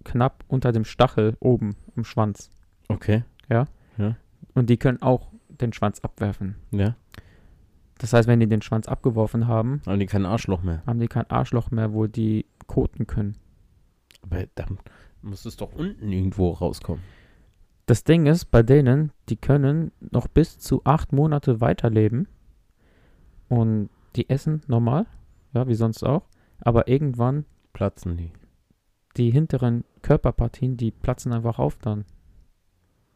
S3: knapp unter dem Stachel oben im Schwanz.
S2: Okay.
S3: Und die können auch den Schwanz abwerfen.
S2: Ja.
S3: Das heißt, wenn die den Schwanz abgeworfen haben,
S2: Aber die kein Arschloch mehr.
S3: haben die kein Arschloch mehr, wo die koten können.
S2: Aber dann muss es doch unten irgendwo rauskommen.
S3: Das Ding ist, bei denen, die können noch bis zu acht Monate weiterleben. Und die essen normal, ja, wie sonst auch. Aber irgendwann
S2: Platzen die.
S3: die hinteren Körperpartien, die platzen einfach auf dann.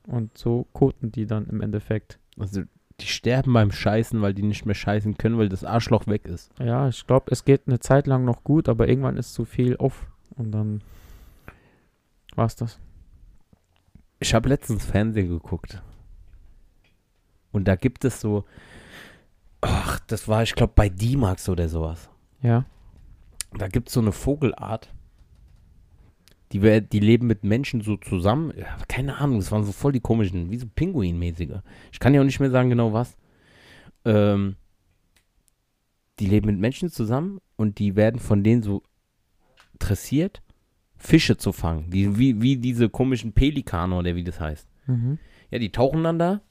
S3: Und so koten die dann im Endeffekt.
S2: Also, die sterben beim Scheißen, weil die nicht mehr scheißen können, weil das Arschloch weg ist.
S3: Ja, ich glaube, es geht eine Zeit lang noch gut, aber irgendwann ist zu viel auf und dann war's das.
S2: Ich habe letztens Fernsehen geguckt. Und da gibt es so. Ach, das war, ich glaube, bei D-Max oder sowas.
S3: Ja.
S2: Da gibt es so eine Vogelart. Die, wer- die leben mit Menschen so zusammen. Ja, aber keine Ahnung, das waren so voll die komischen, wie so Pinguinmäßige. Ich kann ja auch nicht mehr sagen, genau was. Ähm, die leben mit Menschen zusammen und die werden von denen so dressiert, Fische zu fangen. Die, wie, wie diese komischen Pelikane oder wie das heißt.
S3: Mhm.
S2: Ja, die tauchen dann da.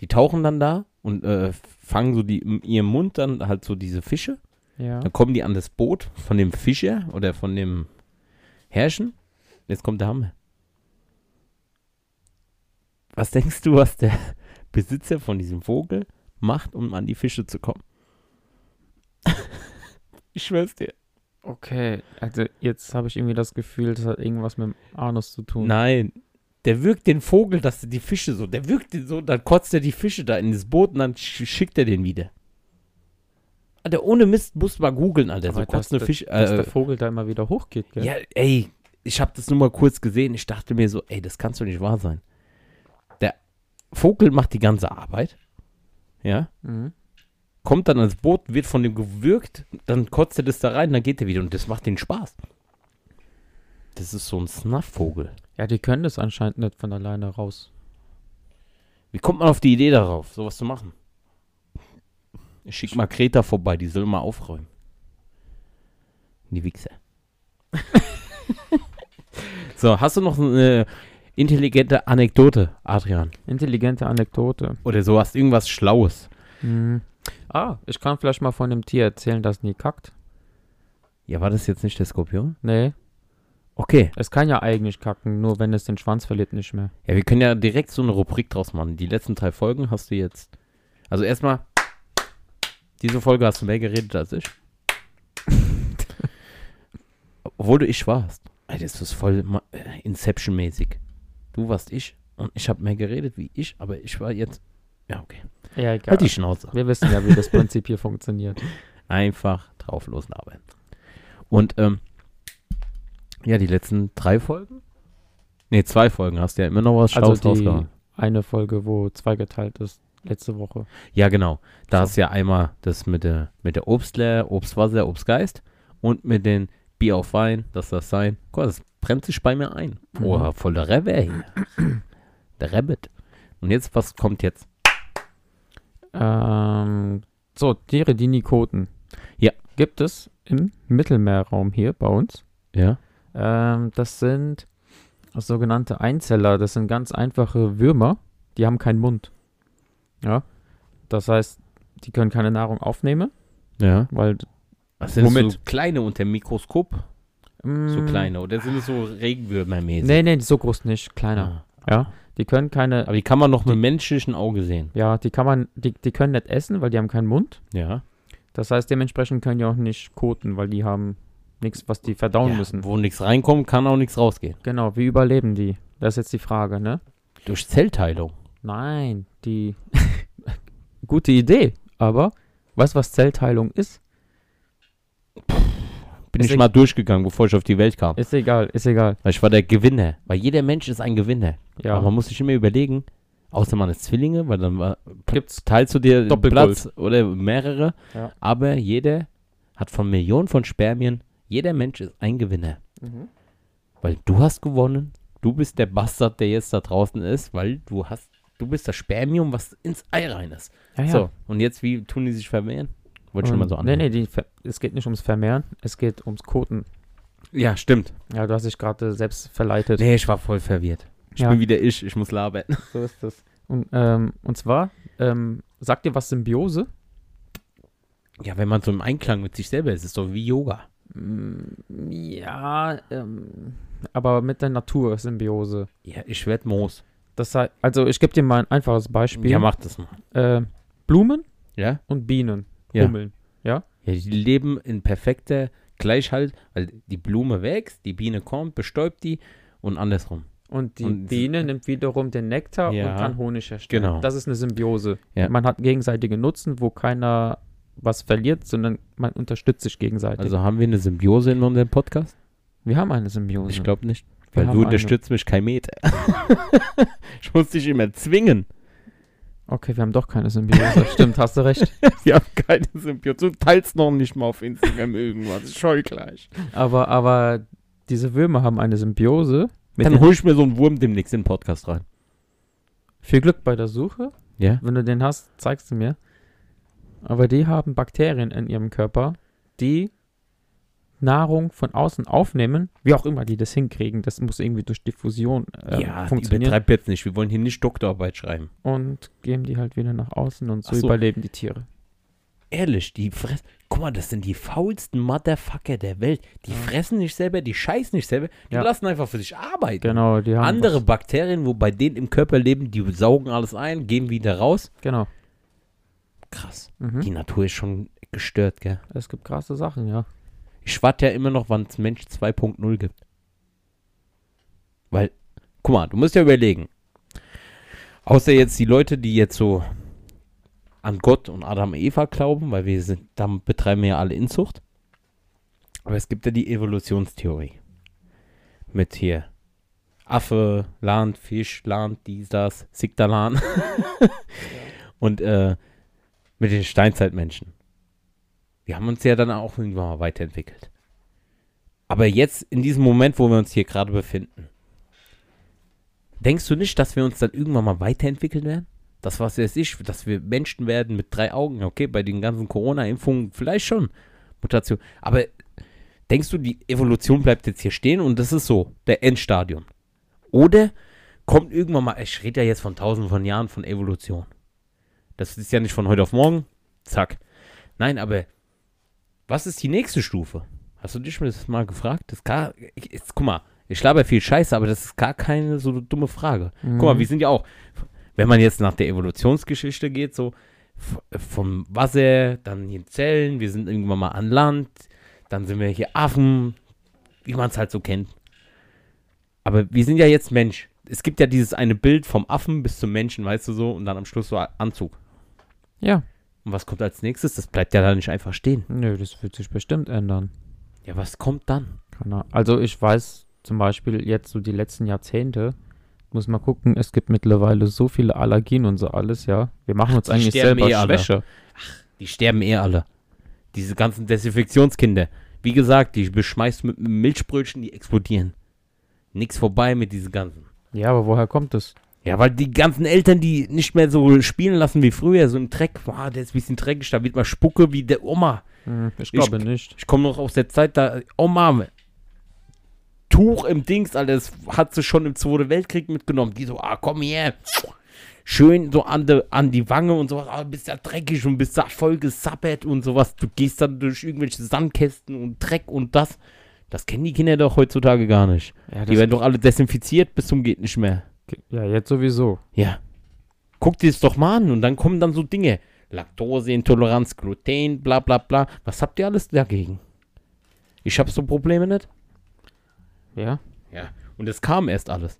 S2: Die tauchen dann da und äh, fangen so die in ihrem Mund dann halt so diese Fische.
S3: Ja.
S2: Dann kommen die an das Boot von dem Fischer oder von dem Herrschen. Jetzt kommt der Hammer. Was denkst du, was der Besitzer von diesem Vogel macht, um an die Fische zu kommen? *laughs* ich schwör's dir.
S3: Okay, also jetzt habe ich irgendwie das Gefühl, das hat irgendwas mit dem Anus zu tun.
S2: Nein. Der wirkt den Vogel, dass die Fische so, der wirkt den so, dann kotzt er die Fische da in das Boot und dann sch schickt er den wieder. Alter, ohne Mist, muss mal googeln, Alter.
S3: Aber
S2: so
S3: dass,
S2: kotzt eine
S3: der-
S2: Fisch.
S3: dass
S2: Äh,
S3: der Vogel da immer wieder hochgeht, gell?
S2: ja, ey, ich habe das nur mal kurz gesehen. Ich dachte mir so, ey, das kannst doch nicht wahr sein. Der Vogel macht die ganze Arbeit. Ja.
S3: Mhm.
S2: Kommt dann ans Boot, wird von dem gewürgt, dann kotzt er das da rein, dann geht er wieder und das macht den Spaß. Das ist so ein Snuffvogel.
S3: ja, die können das anscheinend nicht von alleine raus.
S2: Wie kommt man auf die Idee darauf, sowas zu machen? Ich schick mal Kreta vorbei, die soll mal aufräumen. Die *laughs* Wichser. so, hast du noch eine intelligente Anekdote, Adrian?
S3: Intelligente Anekdote.
S2: Oder so hast irgendwas Schlaues?
S3: Mhm. Ah, ich kann vielleicht mal von dem Tier erzählen, das nie kackt.
S2: Ja, war das jetzt nicht der Skorpion?
S3: Nee,
S2: Okay.
S3: es kann ja eigentlich kacken, nur wenn es den Schwanz verliert, nicht mehr.
S2: Ja, wir können ja direkt so eine Rubrik draus machen. Die letzten drei Folgen hast du jetzt. Also erstmal, diese Folge hast du mehr geredet als
S3: *laughs*
S2: ich. Obwohl du ich warst. Alter, das ist voll ma- äh, Inception-mäßig. Du warst ich und ich habe mehr geredet wie ich, aber ich war jetzt. Ja, okay.
S3: Ja, egal.
S2: Halt die Schnauze.
S3: Wir wissen ja, wie das Prinzip hier funktioniert.
S2: Einfach drauf loslabern. Und, ähm, ja, die letzten drei Folgen? Ne, zwei Folgen hast du ja immer noch was Schlaues
S3: also die
S2: rausgehauen.
S3: eine Folge, wo zweigeteilt ist, letzte Woche.
S2: Ja, genau. Da
S3: So.
S2: ist ja einmal das mit der, mit der Obstler, Obstwasser, Obstgeist und mit den Bier auf Wein, das das sein. Guck, mal, das brennt sich bei mir ein.
S3: Mhm.
S2: Boah, voll der Rebbe
S3: *clears throat*
S2: hier. Der Rabbit. Und jetzt, was kommt jetzt?
S3: Ähm, so, Tiere, die Nikoten.
S2: Ja.
S3: Gibt es im Mittelmeerraum hier bei uns.
S2: Ja.
S3: Ähm, das sind sogenannte Einzeller. Das sind ganz einfache Würmer. Die haben keinen Mund. Ja. Das heißt, die können keine Nahrung aufnehmen,
S2: Ja.
S3: weil.
S2: Was sind
S3: Womit?
S2: das so kleine unter dem Mikroskop? So
S3: mm,
S2: kleine. Oder sind es so Regenwürmer-mäßig?
S3: Nee, genau. nee, so groß nicht. Kleiner.
S2: Ah.
S3: Ja. Die können keine.
S2: Aber die kann man noch mit menschlichem Auge sehen.
S3: Ja, die kann man. Die, die können nicht essen, weil die haben keinen Mund.
S2: Ja.
S3: Das heißt, dementsprechend können die auch nicht koten, weil die haben nichts, was die verdauen
S2: ja.
S3: müssen.
S2: Wo nichts reinkommt, kann auch nichts rausgehen.
S3: Genau, wie überleben die? Das ist jetzt die Frage, ne?
S2: Durch Zellteilung.
S3: Nein, die. *laughs* Gute Idee, aber weißt du, was Zellteilung ist?
S2: Bin
S3: Ist
S2: ich
S3: e-
S2: mal durchgegangen, bevor ich auf die Welt kam.
S3: Ist egal, ist egal.
S2: Weil ich war der Gewinner. Weil jeder Mensch ist ein Gewinner.
S3: Ja,
S2: Aber man muss sich immer überlegen, außer man ist Zwillinge, weil dann war,
S3: gibt's.
S2: teilst du dir
S3: Doppelgold.
S2: Platz oder mehrere.
S3: Ja.
S2: Aber jeder hat von Millionen von Spermien, jeder Mensch ist ein Gewinner.
S3: Mhm.
S2: Weil du hast gewonnen, du bist der Bastard, der jetzt da draußen ist, weil du hast, du bist das Spermium, was ins Ei rein ist.
S3: Ja, ja.
S2: So, und jetzt, wie tun die sich vermehren? Wollte ich schon mal so
S3: Und- Nee,
S2: anhören.
S3: nee, die, ver- es geht nicht ums Vermehren, es geht ums Koten.
S2: Ja, stimmt.
S3: Ja, du hast dich gerade selbst verleitet.
S2: Nee, ich war voll verwirrt. Ich
S3: Ja.
S2: bin wieder ich, ich muss labern.
S3: So ist das. Und, ähm, und zwar, ähm, sagt dir was Symbiose?
S2: Ja, wenn man so im Einklang mit sich selber ist, ist doch wie Yoga.
S3: Ja, ähm, aber mit der Natur Symbiose.
S2: Ja, ich werd Moos.
S3: Das heißt, also ich gebe dir mal ein einfaches Beispiel.
S2: Ja, mach das mal.
S3: äh, Blumen
S2: Ja?
S3: und Bienen.
S2: Ja.
S3: Hummeln.
S2: Ja, die leben in perfekter Gleichheit, weil die Blume wächst, die Biene kommt, bestäubt die und andersrum.
S3: Und die
S2: Und-
S3: Biene nimmt wiederum den Nektar
S2: Ja.
S3: und kann Honig herstellen.
S2: Genau.
S3: Das ist eine Symbiose.
S2: Ja.
S3: Man hat gegenseitigen Nutzen, wo keiner was verliert, sondern man unterstützt sich gegenseitig.
S2: Also haben wir eine Symbiose in unserem Podcast?
S3: wir haben eine Symbiose.
S2: Ich glaube nicht.
S3: Wir
S2: Weil
S3: haben
S2: du
S3: eine.
S2: unterstützt mich kein Meter. *laughs* ich muss dich immer zwingen.
S3: Okay, wir haben doch keine
S2: *laughs*
S3: Symbiose. Stimmt, hast du recht.
S2: Wir haben keine Symbiose. Du teilst noch nicht mal auf Instagram irgendwas. Scheu gleich.
S3: Aber, aber diese Würmer haben eine Symbiose. Mit
S2: Dann
S3: den-
S2: hol ich mir so einen Wurm demnächst in den Podcast rein.
S3: viel Glück bei der Suche.
S2: Ja?
S3: Wenn du den hast, zeigst du mir. Aber die haben Bakterien in ihrem Körper, die Nahrung von außen aufnehmen, wie auch immer die das hinkriegen. Das muss irgendwie durch Diffusion äh, funktionieren.
S2: übertreib jetzt nicht. Wir wollen hier nicht Doktorarbeit schreiben.
S3: Und geben die halt wieder nach außen und so,
S2: Ach so.
S3: überleben die Tiere.
S2: Ehrlich, die fressen. Guck mal, das sind die faulsten Motherfucker der Welt. Die fressen nicht selber, die scheißen nicht selber, die
S3: Ja.
S2: lassen einfach für sich arbeiten.
S3: Genau, die haben
S2: Andere
S3: was-
S2: Bakterien, wo bei denen im Körper leben, die saugen alles ein, gehen wieder raus.
S3: Genau.
S2: Krass.
S3: Mhm.
S2: Die Natur ist schon gestört, gell?
S3: Es gibt krasse Sachen, ja.
S2: Ich warte ja immer noch, wann es Mensch 2.0 gibt. Weil, guck mal, du musst ja überlegen. Außer jetzt die Leute, die jetzt so an Gott und Adam und Eva glauben, weil wir sind, dann betreiben wir ja alle Inzucht. Aber es gibt ja die Evolutionstheorie. Mit hier Affe, Land, Fisch, Land, dies, das, Sigdalan. *laughs* und äh, mit den Steinzeitmenschen. Wir haben uns ja dann auch irgendwann mal weiterentwickelt. Aber jetzt, in diesem Moment, wo wir uns hier gerade befinden, denkst du nicht, dass wir uns dann irgendwann mal weiterentwickeln werden? Das, was es ist, dass wir Menschen werden mit drei Augen, okay, bei den ganzen Corona-Impfungen vielleicht schon, Mutation. Aber denkst du, die Evolution bleibt jetzt hier stehen und das ist so, der Endstadium? Oder kommt irgendwann mal, ich rede ja jetzt von tausenden von Jahren von Evolution. Das ist ja nicht von heute auf morgen, zack. Nein, aber was ist die nächste Stufe? Hast du dich mir das mal gefragt? Das ist gar, ich, jetzt, guck mal, ich laber viel Scheiße, aber das ist gar keine so dumme Frage. Guck mal, wir sind ja auch, wenn man jetzt nach der Evolutionsgeschichte geht, so f- vom Wasser, dann hier Zellen, wir sind irgendwann mal an Land, dann sind wir hier Affen, wie man es halt so kennt. Aber wir sind ja jetzt Mensch. Es gibt ja dieses eine Bild vom Affen bis zum Menschen, weißt du so, und dann am Schluss so Anzug.
S3: Ja.
S2: Und was kommt als nächstes? Das bleibt ja da nicht einfach stehen.
S3: Nö, das wird sich bestimmt ändern.
S2: Ja, was kommt dann?
S3: Keine Ahnung. Also ich weiß zum Beispiel jetzt so die letzten Jahrzehnte, muss mal gucken, es gibt mittlerweile so viele Allergien und so alles, ja. Wir machen uns
S2: die
S3: eigentlich
S2: sterben
S3: selber
S2: eh alle.
S3: Schwäche.
S2: Die sterben eh alle. Diese ganzen Desinfektionskinder. Wie gesagt, die beschmeißt mit einem Milchbrötchen, die explodieren. Nix vorbei mit diesen ganzen.
S3: Ja, aber woher kommt es?
S2: Ja, weil die ganzen Eltern, die nicht mehr so spielen lassen wie früher, so im Dreck, boah, der ist ein bisschen dreckig, da wird mal Spucke wie der Oma.
S3: Hm, ich glaube nicht.
S2: Ich komme noch aus der Zeit, da Oma, Tuch im Dings, Alter, das hat sie schon im Zweiten Weltkrieg mitgenommen. Die so, ah, komm her. Schön so an, de, an die Wange und sowas, ah, bist ja dreckig und bist da voll gesappert und sowas. Du gehst dann durch irgendwelche Sandkästen und Dreck und das. Das kennen die Kinder doch heutzutage gar nicht.
S3: Ja,
S2: Die werden doch alle desinfiziert bis zum geht nicht mehr.
S3: ja jetzt sowieso.
S2: Ja. Guck dir das doch mal an und dann kommen dann so Dinge. Laktoseintoleranz, Gluten, bla bla bla. Was habt ihr alles dagegen? Ich hab so Probleme nicht.
S3: Ja.
S2: Ja. Und es kam erst alles.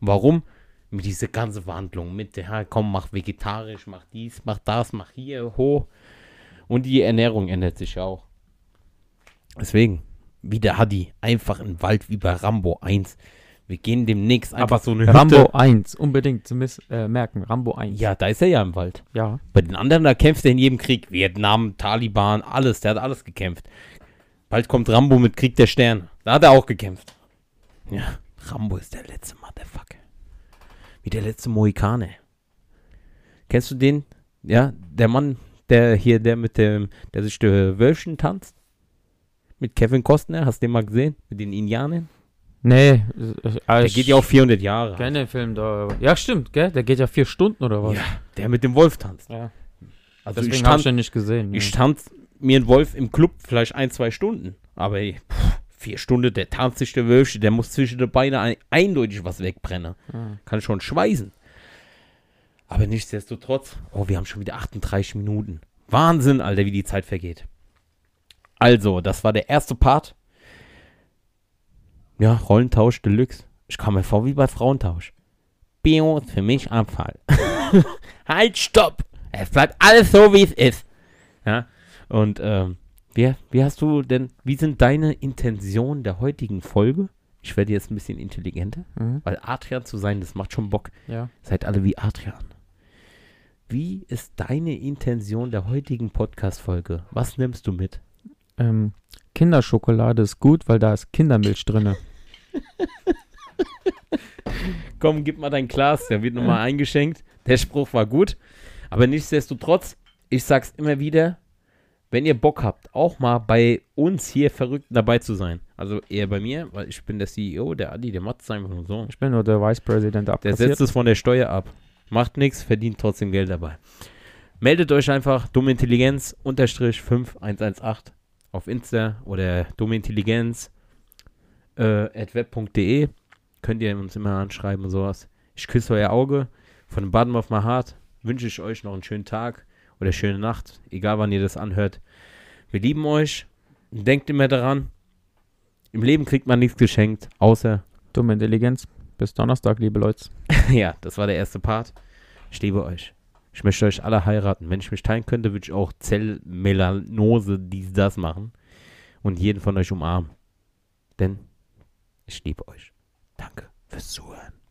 S2: Warum? Mit dieser ganzen Wandlung, mit der, ja, komm, mach vegetarisch, mach dies, mach das, mach hier, ho. Und die Ernährung ändert sich ja auch. Deswegen, wie der Hadi, einfach im Wald wie bei Rambo 1. Wir gehen demnächst einfach so eine
S3: Rambo
S2: Hütte.
S3: 1, unbedingt zu miss äh, merken. Rambo 1.
S2: Ja, da ist er ja im Wald.
S3: Ja.
S2: Bei den anderen, da kämpft er in jedem Krieg. Vietnam, Taliban, alles. Der hat alles gekämpft. Bald kommt Rambo mit Krieg der Sterne. Da hat er auch gekämpft. Ja, Rambo ist der letzte Motherfucker. Wie der letzte Mohikane. Kennst du den? Ja, der Mann, der hier, der mit dem, der sich der Wölfchen tanzt. Mit Kevin Costner, hast du den mal gesehen? Mit den Indianern?
S3: Nee. äh,
S2: Der geht ja auch 400 Jahre.
S3: Keine Film da. Ja, stimmt, gell? Der geht ja vier Stunden oder was?
S2: Ja, der mit dem Wolf tanzt.
S3: Ja.
S2: Also ich
S3: Deswegen
S2: tan-
S3: habe ich den nicht gesehen.
S2: Ich
S3: ja.
S2: tanz mir einen Wolf im Club vielleicht ein, zwei Stunden. Aber ey, pff, vier Stunden, der tanzt sich der Wölfchen, der muss zwischen den Beinen ein, eindeutig was wegbrennen. Kann schon schweißen. Aber nichtsdestotrotz, oh, wir haben schon wieder 38 Minuten. Wahnsinn, Alter, wie die Zeit vergeht. Also, das war der erste Part. Ja, Rollentausch Deluxe. Ich kam mir vor wie bei Frauentausch. Bio ist für mich Abfall. *laughs* halt, stopp! Es bleibt alles so, wie es ist. Ja. Und ähm, wie, wie hast du denn, wie sind deine Intentionen der heutigen Folge? Ich werde jetzt ein bisschen intelligenter,
S3: Mhm.
S2: weil Adrian zu sein, das macht schon Bock.
S3: Ja.
S2: Seid alle wie Adrian. Wie ist deine Intention der heutigen Podcast-Folge? Was nimmst du mit?
S3: Ähm, Kinderschokolade ist gut, weil da ist Kindermilch drinne.
S2: Komm, gib mal dein Glas, der wird nochmal eingeschenkt. Der Spruch war gut. Aber nichtsdestotrotz, ich sag's immer wieder, wenn ihr Bock habt, auch mal bei uns hier Verrückten dabei zu sein. Also eher bei mir, weil ich bin der CEO, der Adi, der macht's einfach nur so.
S3: Ich bin nur der Vice President
S2: Der
S3: abkassiert.
S2: setzt es von der Steuer ab. Macht nichts, verdient trotzdem Geld dabei. Meldet euch einfach dummintelligenz 5118 auf Insta oder dummintelligenz äh, at web.de. Könnt ihr uns immer anschreiben und sowas. Ich küsse euer Auge. Von Bottom of my heart wünsche ich euch noch einen schönen Tag oder schöne Nacht, egal wann ihr das anhört. Wir lieben euch. Denkt immer daran, im Leben kriegt man nichts geschenkt, außer
S3: Dumme Intelligenz. Bis Donnerstag, liebe Leute.
S2: *laughs* Ja, das war der erste Part. Ich liebe euch. Ich möchte euch alle heiraten. Wenn ich mich teilen könnte, würde ich auch Zellmelanose, dies, das machen. Und jeden von euch umarmen. Denn ich liebe euch. Danke fürs Zuhören.